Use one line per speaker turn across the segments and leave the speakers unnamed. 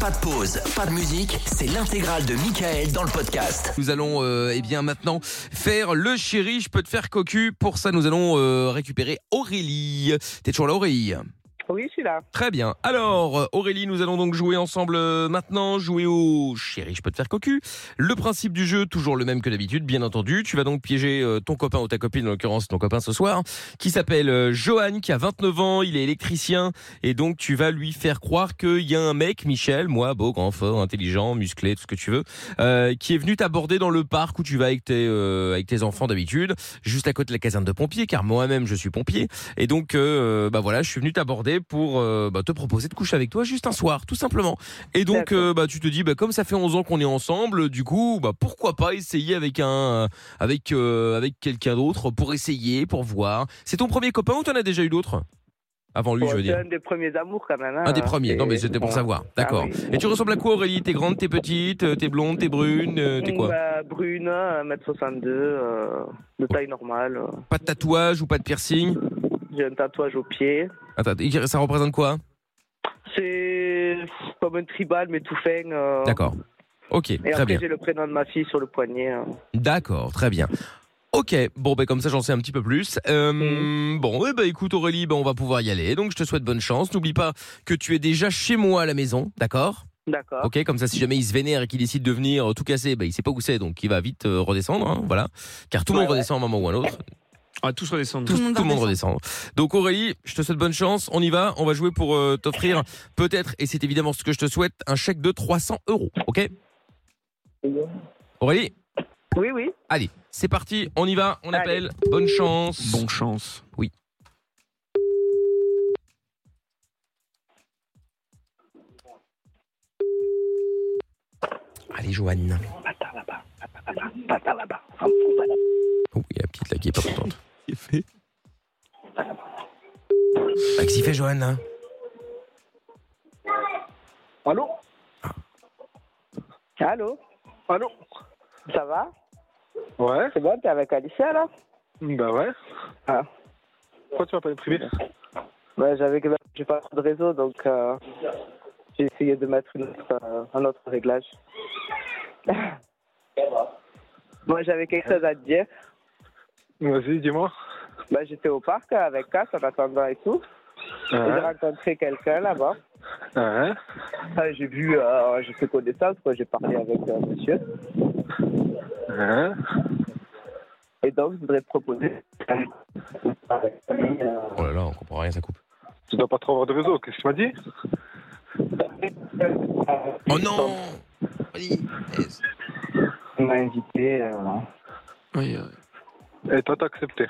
Pas de pause, pas de musique, c'est l'intégrale de Michael dans le podcast.
Nous allons euh, eh bien maintenant faire le chéri, je peux te faire cocu. Pour ça, nous allons euh, récupérer Aurélie. T'es toujours là, Aurélie
Oui, je suis là.
Très bien. Alors, euh, Aurélie, nous allons donc jouer ensemble euh, maintenant, jouer au chéri, je peux te faire cocu. Le principe du jeu, toujours le même que d'habitude, bien entendu. Tu vas donc piéger euh, ton copain ou ta copine, en l'occurrence ton copain ce soir, qui s'appelle euh, Johan, qui a 29 ans, il est électricien, et donc tu vas lui faire croire qu'il y a un mec, Michel, moi, beau, grand, fort, intelligent, musclé, tout ce que tu veux, euh, qui est venu t'aborder dans le parc où tu vas avec tes, euh, avec tes enfants d'habitude, juste à côté de la caserne de pompiers, car moi-même je suis pompier. Et donc, euh, bah voilà, je suis venu t'aborder pour euh, bah, te proposer de coucher avec toi juste un soir, tout simplement. Et donc,
D'accord.
euh, bah, tu te dis, bah, comme ça fait 11 ans qu'on est ensemble, du coup, bah, pourquoi pas essayer avec un, avec, euh, avec quelqu'un d'autre pour essayer, pour voir. C'est ton premier copain ou t'en as déjà eu d'autres Avant lui,
Bon,
je veux
c'est
dire.
un des premiers amours quand même. hein.
Un des premiers. Non, mais c'était pour
Bon.
savoir. D'accord.
Ah oui.
Et tu ressembles à quoi, Aurélie T'es grande, t'es petite, euh, t'es blonde, t'es brune, euh, t'es quoi
Bah, Brune, 1m62, euh, de taille normale. euh.
Pas de tatouage ou pas de piercing
J'ai un tatouage au pied.
Attends, ça représente quoi
C'est comme un tribal, mais tout fin. euh.
D'accord. Ok,
Et
très bien.
après, j'ai le prénom de ma fille sur le poignet. euh.
D'accord, très bien. Ok, bon, ben comme ça j'en sais un petit peu plus. Euh,
Mm.
Bon, eh ben, écoute Aurélie, ben, on va pouvoir y aller. Donc je te souhaite bonne chance. N'oublie pas que tu es déjà chez moi à la maison, d'accord
D'accord.
Ok, comme ça si jamais il se vénère et qu'il décide de venir euh, tout casser, ben, il sait pas où c'est, donc il va vite euh, redescendre, hein, voilà. Car tout le
Ouais,
monde redescend à un moment ou à un autre. Ah,
On va tous redescendre.
Tout, tout le monde redescend. Donc Aurélie, je te souhaite bonne chance. On y va. On va jouer pour euh, t'offrir peut-être, et c'est évidemment ce que je te souhaite, un chèque de 300 euros. Ok Aurélie,
Oui, oui.
allez, c'est parti. On y va. On
Allez.
appelle. Bonne chance.
Bon chance.
Allez, Joanne.
Pas par là-bas.
Oh, il y a la petite là qui est pas contente. Bah, Qu'est-ce qu'il fait, Joanne là
Allô
Ah.
Allô Allô Ça va
Ouais,
C'est bon, t'es avec Alicia là
bah ouais.
Ah.
Pourquoi tu m'as pas les privés
Ouais, j'avais que j'ai pas trop de réseau donc euh, j'ai essayé de mettre une autre, euh, un autre réglage. Moi j'avais quelque chose à te dire.
Vas-y, dis-moi.
Bah, j'étais au parc euh, avec Cass en attendant et tout. Et J'ai
Ouais,
rencontré quelqu'un là-bas.
ouais.
Ah, j'ai vu, euh, j'ai fait connaissance, quoi. J'ai parlé avec euh, monsieur.
ouais.
Et donc je voudrais te proposer.
Oh là là, on comprend rien, ça coupe.
Tu dois pas trop avoir de réseau, qu'est-ce que tu m'as dit
Oh non Aurélie, yes.
On m'a invité. euh,
Oui, euh,
Et toi, t'as accepté.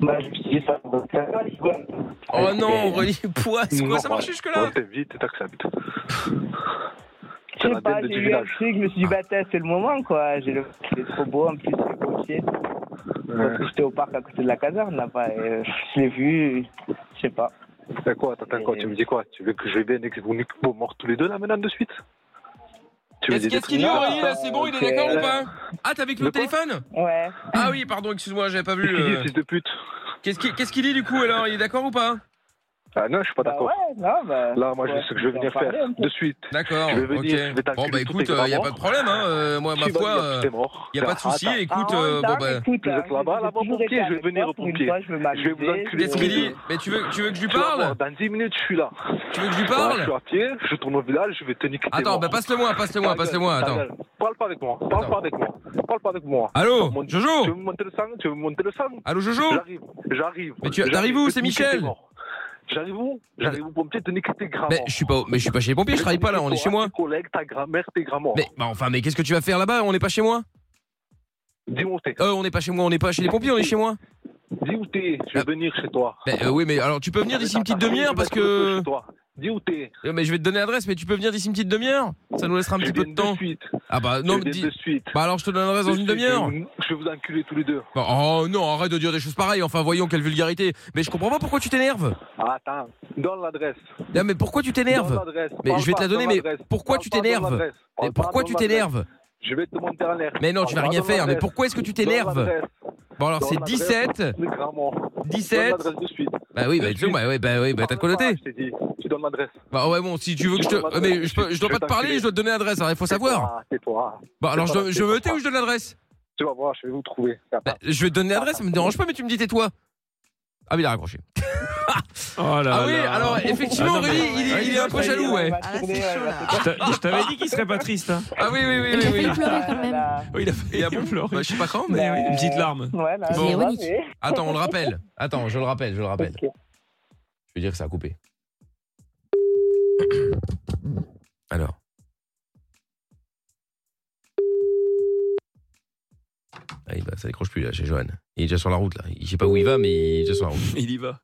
Bah, je me suis dit ça pour
Oh non, Aurélie, poids, c'est quoi, ça marche jusque-là
Ouais, T'es vite, t'acceptes.
Je
C'est
sais
la
pas,
dinde
j'ai
du
eu un
village.
truc, je me suis dit, bah, tiens, c'est le moment, quoi. J'ai le... C'est trop beau, en plus, c'est coaché. Parce
Ouais.
que J'étais au parc à côté de la caserne, là-bas, et euh, je l'ai vu, je sais pas.
T'as quoi T'attends quoi Tu me dis quoi Tu veux que je vienne et que vous nique beau mort tous les deux là maintenant de suite Tu
Qu'est-ce
des
qu'est-ce qu'il dit,
trucs-
Aurélie là C'est bon, il est
Ok.
d'accord ou pas Ah, t'as avec le
De quoi
téléphone
Ouais.
Ah oui, pardon, excuse-moi, j'avais pas
Qu'est-ce
vu.
qu'il
euh,
dit, fils de pute
Qu'est-ce qu'il qu'est-ce qu'il dit du coup alors Il est d'accord ou pas
Ah non, je suis pas
Bah,
d'accord.
ouais, non, bah.
Là, moi, je
ouais,
sais ce que je veux
on
venir
peut en parler
faire
un peu.
de suite.
D'accord,
Je vais venir, je vais
ok.
t'inculer
Bon bah
tout
écoute,
et
il n'y a
gravement.
pas de problème, hein. euh, moi, ma
Tu vas
foi,
venir,
euh,
t'es mort.
il n'y a pas de souci.
Attends,
Ah,
Écoute,
en
euh,
même temps,
bon bah.
écoute,
vous
hein,
êtes là-bas,
j'ai
là-bas,
toujours
pompier,
été
je vais
avec
venir
toi,
au
pour une
pompier.
fois, Je veux
Je vais vous
m'amuser,
enculer
Qu'est-ce
tous
qu'il
les
dit
deux.
Mais tu veux, tu veux que je lui
Tu vas voir,
parle
Dans 10 minutes, je suis là.
Tu veux que je lui
Ouais, je
parle
suis à pied, je tourne au village, je vais te niquer. tes
Attends,
morts.
bah passe-le-moi, passe-le-moi,
Ta gueule,
passe-le-moi,
ta
attends.
gueule. Parle pas avec moi, parle
Attends.
pas avec moi, parle pas avec moi.
Allô
Mon- Tu veux
Jojo
me monter le sang Tu veux me monter le sang
Allô Jojo
J'arrive, j'arrive.
Mais tu-
j'arrive,
t'arrives où
je vais
C'est
te niquer
Michel
tes morts. J'arrive où J'arrive au pompier, te niquer tes grands
Mais je suis pas, au- mais je suis pas chez les pompiers, je travaille pas là, on est chez moi.
Tes collègues, ta grand-mère, tes grands morts.
Mais bah, enfin, mais qu'est-ce que tu vas faire là-bas On n'est pas chez moi
Dis où t'es,
Euh, on n'est pas chez moi, on n'est pas chez les pompiers, on est chez moi.
dis où t'es, je vais
Ah.
venir chez toi.
Bah, euh, oui, mais alors tu peux venir d'ici une petite demi-heure parce que.
Chez toi. Dis où t'es.
Euh, Mais je vais te donner l'adresse, mais tu peux venir d'ici une petite demi-heure Ça nous laissera un
Je
petit peu
viens
de temps.
suite.
Ah bah non,
Je
mais
viens
dis.
de suite.
Bah alors je te donne l'adresse dans
De
une
suite,
demi-heure
Je vais vous- je vais vous enculer tous les deux.
Bah, Oh non, arrête de dire des choses pareilles, enfin voyons quelle vulgarité Mais je comprends pas pourquoi tu t'énerves
Attends, donne l'adresse.
Non mais pourquoi tu t'énerves
Donne l'adresse.
Mais
Parle
je vais te
pas,
la donner,
donne
mais
l'adresse.
pourquoi
Parle
tu
pas, donne
t'énerves
l'adresse.
Mais
Parle
pourquoi
pas,
tu
donne l'adresse.
t'énerves
Je vais te monter en l'air.
Mais non, tu vas
Parle pas,
rien
donne
faire, mais
l'adresse.
pourquoi est-ce que tu
Donne
t'énerves
l'adresse.
Bon alors
Dans
c'est
l'adresse.
17,
Le grand mot. Donne
17,
l'adresse de suite.
bah oui, bah, excuse-moi, ouais, bah oui, bah t'as de quoi noter
Je t'ai dit. Tu donnes donne l'adresse.
Bah ouais, bon, si tu veux que je te. euh, Mais je, peux- je dois pas te parler, je dois te donner l'adresse, hein, il faut savoir.
Ah, C'est toi.
Bah alors, je, dois- je me tais ou je donne l'adresse
Tu vas voir, je vais vous trouver.
Bah, je vais te donner l'adresse, ça me dérange pas, mais tu me dis tais-toi. Ah, mais il a raccroché.
Oh là
Ah oui,
là.
alors effectivement,
Ah non, mais-
Aurélie, il est- il est un peu jaloux, ouais.
Ah là, c'est chaud, là.
Je t'a- je t'avais dit qu'il serait pas triste. Hein.
Ah oui, oui, oui,
Il a
oui.
failli
oui.
pleurer quand même.
Oui, il a fait
Et ah bon Bah, je sais pas quand, mais.
Bah,
Une petite larme.
Ouais, là,
Bon.
ça va,
Ironique.
mais-
Attends, on le rappelle. Attends, je le rappelle, je le rappelle.
Ok.
Je veux dire que ça a coupé. Alors. Ah, il va- ça décroche plus là chez Johan. Il est déjà sur la route là. Il sait pas où il va, mais il est déjà sur la route.
Il y va.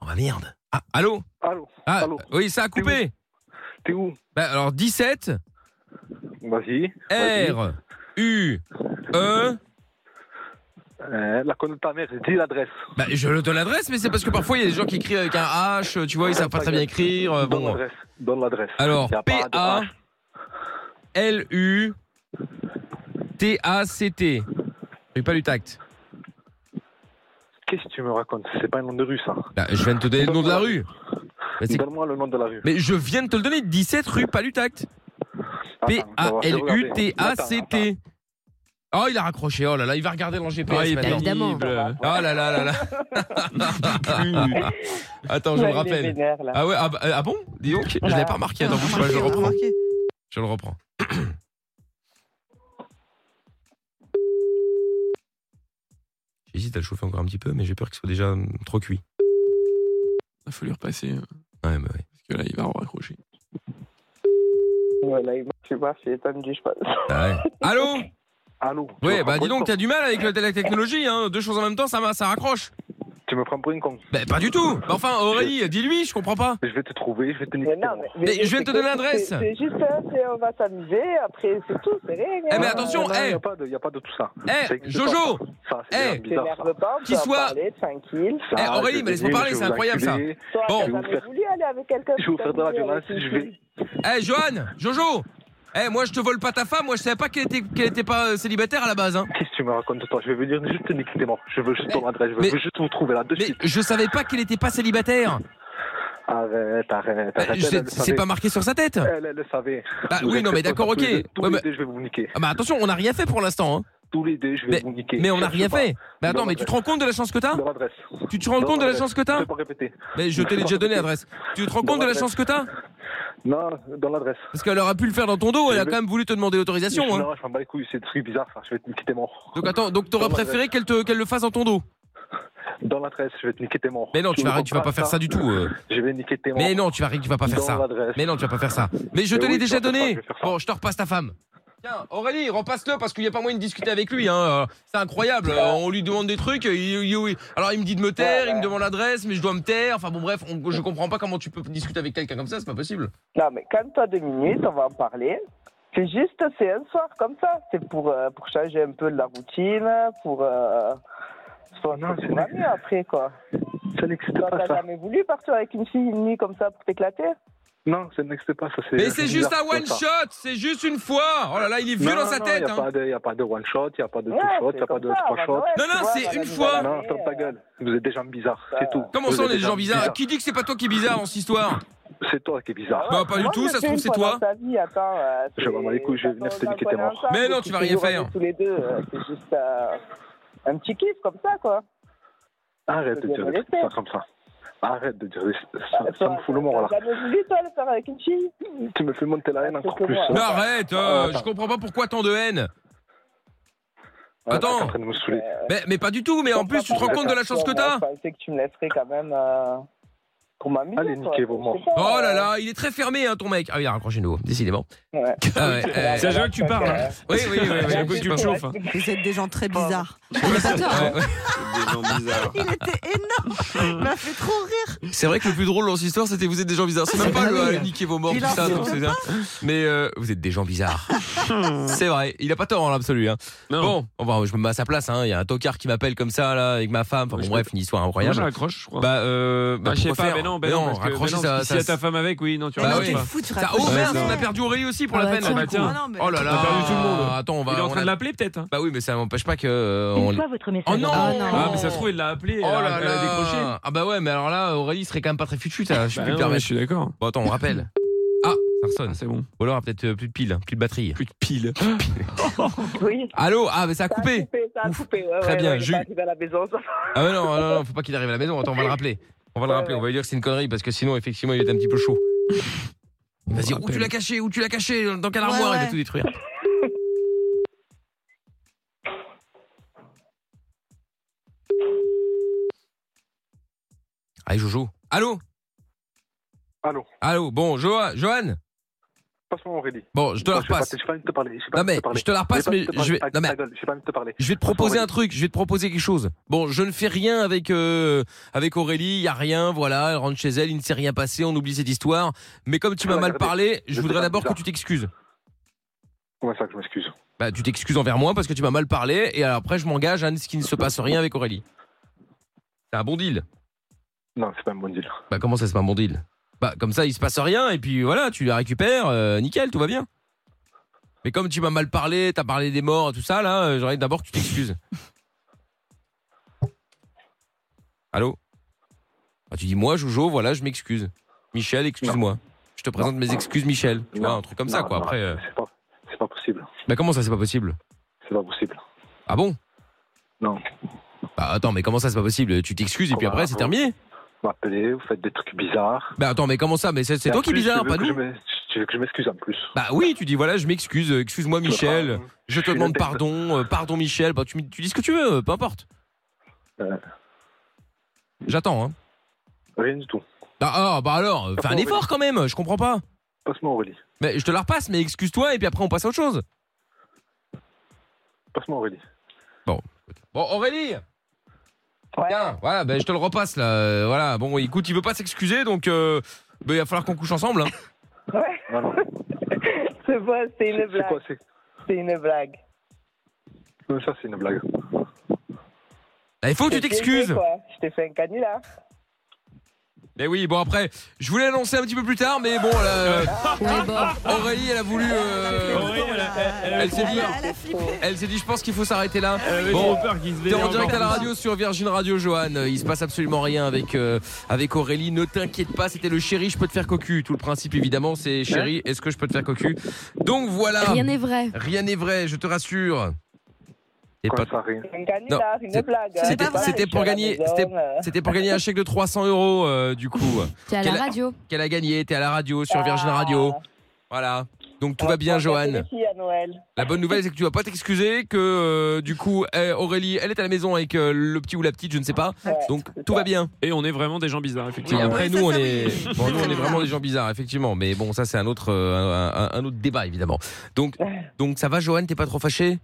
Oh bah merde. Ah, allô
Allô,
Ah,
Allô.
oui, ça a coupé.
t'es où
Bah, alors 17
Vas-y. vas-y.
R U E.
Euh, la conne de ta mère, dis l'adresse.
Bah, je le donne l'adresse, mais c'est parce que parfois il y a des gens qui écrivent avec un H, tu vois, ils savent pas très bien écrire. euh,
Donne
Bon.
l'adresse. Donne l'adresse.
Alors,
Y a pas de
P.A..
H.
L U T A C T. Rue pas du tact.
Qu'est-ce que tu me racontes C'est pas un nom de rue, ça.
Bah, je viens de te donner le nom de la rue. Bah, c'est-
Donne-moi le nom de la rue.
Mais je viens de te le donner, 17 rue Palutact. P
Attends, je vais
A
voir, je vais
L U
regarder.
T A C
Attends, attends.
T. Oh, il a raccroché. Oh là là, il va regarder dans le
Ah,
GPS
il est
maintenant.
évidemment.
pénible.
Oh là là là là. Attends, je
Ouais,
le
il est
rappelle.
vénère, là.
Ah ouais, ah, bah, ah bon Dis bah, donc, je l'avais pas remarqué. Attends, bouge pas, je le reprends. Je le reprends. J'hésite à le chauffer encore un petit peu, mais j'ai peur qu'il soit déjà hum, trop cuit.
Il faut lui repasser. euh,
Ouais, bah ouais.
Parce que là, il va raccrocher.
Ouais, là, il marche, il marche, il est pas me dit, je passe.
Ah ouais. Allô
Allô
Ouais,
Tu me
bah
prends
dis donc,
pour
t'as du mal avec le- la technologie, hein. Deux choses en même temps, ça, m'a- ça raccroche.
une con. Tu me prends pour une con.
Bah pas du tout. Bah, enfin, Aurélie, dis-lui, je comprends pas.
Je vais te trouver, je vais te niquer.
Mais non, mais,
Mais je viens de te
c'est
donner
que-
l'adresse.
c'est- C'est juste ça, c'est on va s'amuser, après c'est tout, c'est rien.
Eh, mais
hein.
attention,
Il
eh,
n'y a, pas de- y a pas de tout ça.
eh,
Ça existe
Jojo
pas, Ça, c'est
eh.
bien bizarre. ça.
T'énerve pas, on
Qu'il
peut en
soit-
parler, tranquille.
Ça,
Eh, Aurélie,
je
mais laisse-moi
vais-
parler,
je vais
c'est
vous
incroyable, ça.
enculer.
Toi,
Bon.
t'as
Je vais vous
jamais
faire-
voulu aller avec quelqu'un
je vais vous faire de la
t'amusait avec
violence,
une
je vais-
fille.
Eh, Johan, Jojo. Eh, moi, je te vole pas ta femme. Moi, je savais pas qu'elle était, qu'elle était pas euh, célibataire à la base, hein.
Qu'est-ce que tu me racontes, toi Je vais venir juste te niquer tes morts. Je veux juste
Mais-
ton adresse. Je veux
mais-
juste vous trouver là de
Mais
suite.
je savais pas qu'elle était pas célibataire.
Arrête, arrête,
Euh,
arrête.
je-
elle, elle le
C'est
savait.
pas marqué sur sa tête.
Elle, elle le savait.
Bah
Vous
oui,
êtes
non, mais
faits
d'accord,
pour
ok.
ça. Tous les deux- tous
Ouais,
les
mais,
deux, je vais vous niquer.
ah, bah, attention, on n'a rien fait pour l'instant. hein.
Tous les deux, je vais vous niquer.
Mais on n'a rien
Cherche
fait. hein. Mais attends,
Dans
mais tu te rends compte de la chance que t'as
pas. Dans l'adresse.
Tu te rends
Dans
compte de la
l'adresse.
chance que
Je
t'as
peux pas répéter.
Mais je te l'ai déjà donné l'adresse. Tu te rends
Dans
compte de la
l'adresse.
chance que t'as
Non, dans l'adresse.
Parce qu'elle aurait pu le faire dans ton dos. Elle a
Je-
quand même voulu te demander l'autorisation. hein.
Non, je m'en bats les couilles. C'est des trucs bizarres. ça. Je vais te niquer tes morts.
Donc attends, donc t'aurais
Dans l'adresse.
préféré qu'elle te- qu'elle le fasse dans ton dos
Dans l'adresse, je vais te niquer tes morts.
Mais non, tu
me
vas arrêter, tu vas
rends
pas faire ça du tout. euh.
Je vais niquer tes morts.
Mais non, tu vas tu vas pas faire
Dans
ça.
l'adresse.
Mais non, tu vas pas faire ça. Mais je
Mais
te l'ai
oui,
déjà
je vais faire ça,
donné.
je vais faire ça.
Bon, je te repasse ta femme. Tiens, Aurélie, repasse-le parce qu'il n'y a pas moyen de discuter avec lui. Hein. Euh, C'est incroyable. Euh, On lui demande des trucs. euh, il- il- il- Alors il me dit de me taire,
Ouais,
il me
ouais.
demande l'adresse, mais je dois me taire. Enfin bon, bref, on- je comprends pas comment tu peux discuter avec quelqu'un comme ça. C'est pas possible.
Non, mais calme-toi deux minutes, on va en parler. C'est juste, c'est un soir comme ça. C'est pour, euh, pour changer un peu de la routine, pour. Euh, pour
Non, c'est-
pour la mieux après, quoi.
Ça n'existe
Toi,
pas
t'as
ça.
jamais voulu partir avec une fille une nuit comme ça pour t'éclater
Non, ça n'existe pas ça.
Mais c'est juste un
bizarre,
one
ça.
shot. C'est juste une fois. Oh là là, il est vieux dans sa tête.
Il n'y a,
hein.
pas de- y a pas de one shot, il n'y a pas de two
Ouais,
shot, il
c'est
n'y a pas de
comme ça,
trois
bah, euh,
shot.
ouais,
Non,
tu
non,
vois,
c'est
dans la
une
nouvelle
fois.
année,
Non, ferme ta gueule. Vous êtes des gens bizarres,
Ça-
c'est tout.
Comment
Vous
ça, on
êtes
est des
des
gens bizarres Qui dit que c'est pas toi qui est bizarre dans cette histoire
C'est toi qui es
Ah
bizarre.
Bah, pas du
Moi,
tout,
je
ça se
fais
trouve,
une
c'est
fois
toi.
dans ta vie, attends, euh,
Je
c'est-
vais m'en les couilles, je vais venir
t'attends
te niquer tes
la
morts.
fois
Mais non,
où
tu vas rien
toujours
faire.
aller Tous les deux, euh, c'est juste euh, un petit kiff comme ça, quoi.
Arrête de
Je vais
dire
me
des
laisser.
trucs ça comme ça. Arrête de dire des ça,
Toi,
ça me fout le mort là.
T'as jamais voulu, toi, le faire avec une fille
Tu me fais monter la haine
Ah,
encore
c'est
plus.
moi.
Mais
hein.
arrête. euh, je comprends pas pourquoi tant de haine.
Ouais,
attends.
Ah, t'es en train de me saouler.
Euh,
Mais, mais pas du tout. Mais en plus, tu te rends compte de la chance que t'as.
Je pensais que tu me laisserais quand même euh, pour m'amuser.
Allez,
quoi.
niquez vos morts.
Je sais pas,
Oh là
euh,
là, il est très fermé, hein, ton mec. Ah oui, il a raccroché de nouveau, décidément.
ouais.
Ah ouais, euh,
C'est à Joël que tu parles. hein.
oui, oui, oui.
C'est à Joël que tu le chauffes. hein.
Vous êtes des gens très
Bon.
bizarres.
Ouais, ouais.
Il était énorme. Il m'a fait trop rire.
C'est vrai que le plus drôle dans cette histoire, c'était vous êtes des gens bizarres. C'est même
C'est
pas le
vrai.
euh, niquez vos morts,
Il
tout
a
ça.
raison.
donc c'est ça. Mais euh, vous êtes des gens bizarres. C'est vrai, il a pas tort en l'absolu. Hein.
Non.
Bon, enfin, je me mets à sa place. hein. Il y a un tocard qui m'appelle comme ça, là, avec ma femme. Enfin, bon,
Je
bref, une histoire
Moi, je
incroyable.
raccroche, je crois.
Bah, euh, bah,
Bah, je sais
pourquoi
pas,
faire
mais non, non, bah
Mais
non,
non,
parce que
raccrocher,
bah non,
ça-
parce que
ça-
s'il y a ta femme avec, oui, non, tu
Bah
non,
raccroches
oui.
t'es
pas.
fou, tu
Ça-
raccroches
oh
pas.
merde, on a perdu Aurélie aussi pour
Ah
la
bah
peine.
tiens.
bah tiens.
Ah non, mais-
Oh là
On
là.
a perdu tout le monde.
Attends, on va.
Il est en
on
train
a-
de l'appeler peut-être. hein.
Bah oui, mais ça m'empêche pas que. euh, on-
votre
Oh
message
non,
Ah non.
Ah, mais ça se trouve, il l'a appelé, elle
Oh là
a elle a décroché.
là Ah bah ouais, mais alors là, Aurélie serait quand même pas très futue, ça. Je peux
Bah non,
le
mais
permettre.
je suis d'accord.
Bon, attends, on rappelle. Ah, ça
Ah,
ressonne.
c'est bon.
Ou alors, peut-être euh, plus de piles, plus de batterie.
Plus de piles. Ah,
Oui.
Allô Ah, mais ça a
Ça a
coupé
Ça a
Ouf.
coupé. Ouais,
Très
ouais,
bien,
ouais, il est
Jules.
pas arrivé à la maison. ça.
Ah mais non, non, non, faut pas qu'il arrive à la maison. Attends, on va le rappeler. On va le
Ouais,
rappeler,
ouais.
on va lui dire que c'est une connerie parce que sinon, effectivement, il est un petit peu chaud. Vas-y,
On
où tu
rappelle.
l'as caché Où tu l'as caché Dans quelle
Ouais,
armoire Il va
ouais.
tout détruire. Allez, Jojo. Allô
Allô
Allô Bon, Johan Johan
Passe-moi Aurélie.
Bon, je te la
Moi,
repasse.
Je sais pas envie de te parler. Je sais pas
Non
envie de
mais,
te parler.
je te la repasse, mais je vais... Non mais,
Je sais pas envie de te parler.
Je vais te proposer
Aurélie.
un truc, je vais te proposer quelque chose. Bon, je ne fais rien avec euh, avec Aurélie, il y a rien, voilà, elle rentre chez elle, il ne s'est rien passé, on oublie cette histoire. Mais comme tu
Je
m'as
vais
mal
regarder.
parlé, je
Ah, Je
voudrais
sais pas,
d'abord que
bizarre.
tu t'excuses.
Comment ça que je m'excuse
Bah, tu t'excuses envers moi parce que tu m'as mal parlé et alors après je m'engage à ce qu'il ne se passe rien avec Aurélie. C'est un bon deal.
Non, c'est pas un bon deal.
Bah comment ça c'est pas un bon deal Bah comme ça il se passe rien et puis voilà, tu la récupères, euh, nickel, tout va bien. Mais comme tu m'as mal parlé, t'as parlé des morts, tout ça là, euh, j'aurais d'abord que tu t'excuses. Allô Ah, Tu dis moi Jojo, voilà, je m'excuse. Michel, excuse-moi. Je te présente mes excuses Michel. Tu
Non.
vois, un truc comme ça
Non,
quoi.
non,
Après euh,
C'est pas, c'est pas possible.
Bah comment ça c'est pas possible
C'est pas possible.
Ah bon
Non.
Bah attends, mais comment ça c'est pas possible Tu t'excuses et puis
Bah,
après c'est
non.
terminé
Vous m'appelez, vous faites des trucs bizarres.
Bah attends, mais comment ça Mais c'est c'est
Et en
toi qui es
plus,
bizarre,
tu veux
pas
que
nous
je me- Tu veux que je m'excuse en plus
Bah oui, tu dis voilà, je m'excuse, euh, excuse-moi Michel, je te
suis
demande
une tête.
pardon, euh, pardon Michel, bah, tu, me- tu dis ce que tu veux, euh, peu importe.
Ouais.
J'attends, hein.
Rien du tout.
Ah, ah, bah alors, euh, fais un
D'accord,
effort quand même, je comprends pas.
Passe-moi Aurélie.
Mais je te la repasse, mais excuse-toi et puis après on passe à autre chose.
Passe-moi Aurélie.
Bon, Aurélie
Ouais.
Tiens, voilà, bah, je te le repasse là, euh, voilà. Bon, écoute, il veut pas s'excuser donc euh, bah, il va falloir qu'on couche ensemble. hein.
Ah non.
C'est vrai, c'est une
C'est c'est
blague.
quoi c'est...
C'est une blague.
Non, ça, c'est une blague.
Bah, il faut que tu
J'ai bien fait,
t'excuses.
quoi. Je t'ai fait un canular.
Mais oui, bon après, je voulais l'annoncer un petit peu plus tard, mais bon, là, euh,
Ouais, bon.
Aurélie, elle a voulu. euh,
Aurélie, elle a- elle- elle a-
Elle s'est Oh. dit,
Elle a- elle a flippé.
elle s'est dit, je pense qu'il faut s'arrêter là.
Elle avait
Bon,
trop peur qu'il se
T'es en
démerde
direct
encore
à la
plus.
radio sur Virgin Radio, Johan. Euh, Il se passe absolument rien avec euh, avec Aurélie. Ne t'inquiète pas, c'était le chéri, je peux te faire cocu. Tout le principe, évidemment, c'est chéri, est-ce que je peux te faire cocu Donc voilà.
Rien n'est vrai.
Rien n'est vrai, je te rassure. Et
Quoi,
pas-
ça, rien.
Un canular, une
c'est-
blague. hein.
c'était-
C'est pas vrai,
c'était
je
pour
suis à la
gagner-
maison,
c'était-
euh.
C'était pour gagner un chèque de 300 euros, euh, du coup,
T'es à
Quelle-
la radio.
qu'elle a gagné. T'es à la radio sur Virgin Radio.
Ah.
Voilà. Donc tout
Ah, On
va bien,
pouvoir
Johan.
gâter les filles à Noël.
La bonne nouvelle, c'est que tu vas pas t'excuser, que euh, du coup, eh, Aurélie, elle est à la maison avec euh, le petit ou la petite, je ne sais pas.
Ouais.
Donc tout va bien.
Et on est vraiment des gens bizarres,
Et
effectivement.
après,
Oui,
nous,
ça,
on
ça,
est,
oui.
bon, nous, on est vraiment des gens bizarres, effectivement. Mais bon, ça, c'est un autre, euh, un, un- un autre débat, évidemment. Donc, donc ça va, Johan, t'es pas trop fâché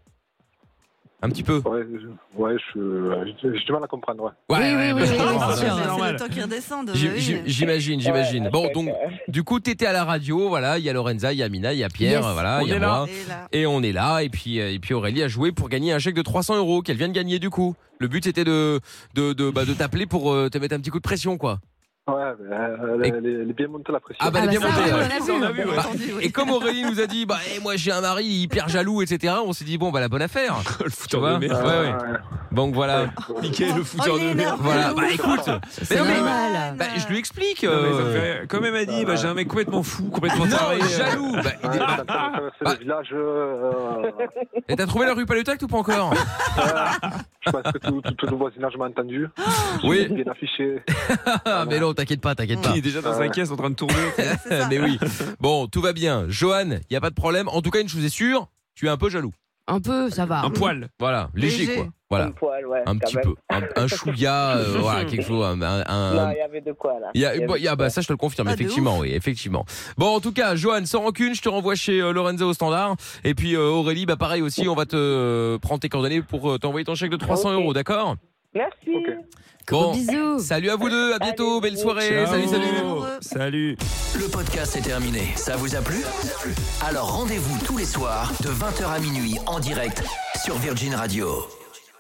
Un petit peu.
Ouais, je- ouais je, euh, j'ai j'ai du mal à comprendre. Ouais.
Ouais,
Oui, oui,
ouais,
oui,
bah, je
oui,
comprends,
bien
ouais.
sûr.
C'est
normal.
le temps qu'ils redescendent.
J'im-
oui.
j'im- J'imagine, j'imagine.
Ouais,
Bon,
ouais,
donc,
ouais.
du coup, t'étais à la radio, voilà. Il y a Lorenza, il y a Mina, il y a Pierre,
Yes.
voilà,
On
il y a
est là.
moi.
Et là.
Et on est là, et puis, euh, et puis Aurélie a joué pour gagner un chèque de 300 euros qu'elle vient de gagner du coup. Le but c'était de, de, de, bah, de t'appeler pour euh, te mettre un petit coup de pression quoi.
Ouais, mais, euh,
Et-
elle, est- elle est bien montée la pression.
Ah bah, elle est bien
Ah bah ça,
montée.
oui,
ouais.
on l'a vu.
On l'a
Bah,
Entendu, oui.
Et comme Aurélie nous a dit, bah eh, moi j'ai un mari hyper jaloux, etc. On s'est dit bon bah la bonne affaire.
Le
Tu
fouteur
vois
de
ouais,
merde.
ouais. Bah, Donc voilà.
Mickey, le fouteur
Oh, il est
de merde.
énervé.
Voilà. Bah écoute. Mais
C'est
non, mais-
normal.
bah, je lui explique.
Non, mais ça me
euh,
fait- Comme elle m'a dit, bah, j'ai un mec complètement fou, complètement taré.
Non,
euh,
jaloux. Bah, il est-
Ouais, ça me fait traverser
Bah.
le village. euh,
Et t'as trouvé la rue Palutac ou pas encore
je pense que tout, tout, tout le voisinage m'a entendu.
Oui.
Bien affiché.
Ah, Mais non, t'inquiète pas, t'inquiète pas.
euh, Qui est déjà dans sa caisse en train de tourner.
C'est ça.
Mais oui. Bon, tout va bien. Johan, il y a pas de problème. En tout cas, une chose est sûre, tu es un peu jaloux.
Un peu, ça va.
Un poil.
Voilà, léger,
Léger.
quoi. Voilà,
Un poil, ouais,
un
quand
petit
même.
peu, un, un chouïa, euh, voilà, quelque chose, un- un- un-
Non, il y avait de quoi là.
il y a, bon,
avait
il y a-
de
bah, ça, je te le confirme,
Ah, de
effectivement, oui, effectivement. Bon, en tout cas, Johan, sans rancune, je te renvoie chez euh, Lorenzo au standard. Et puis euh, Aurélie, bah pareil aussi, on va te euh, prendre tes coordonnées pour euh, t'envoyer ton chèque de 300
Ok.
euros, d'accord
quoi. Merci.
Ok.
Bon,
Bisous.
salut à vous deux, à bientôt,
Allez,
belle soirée,
Ciao.
salut, salut.
Oh, Salut.
Le podcast est terminé. Ça vous a plu Alors rendez-vous tous les soirs de 20h à minuit en direct sur Virgin Radio.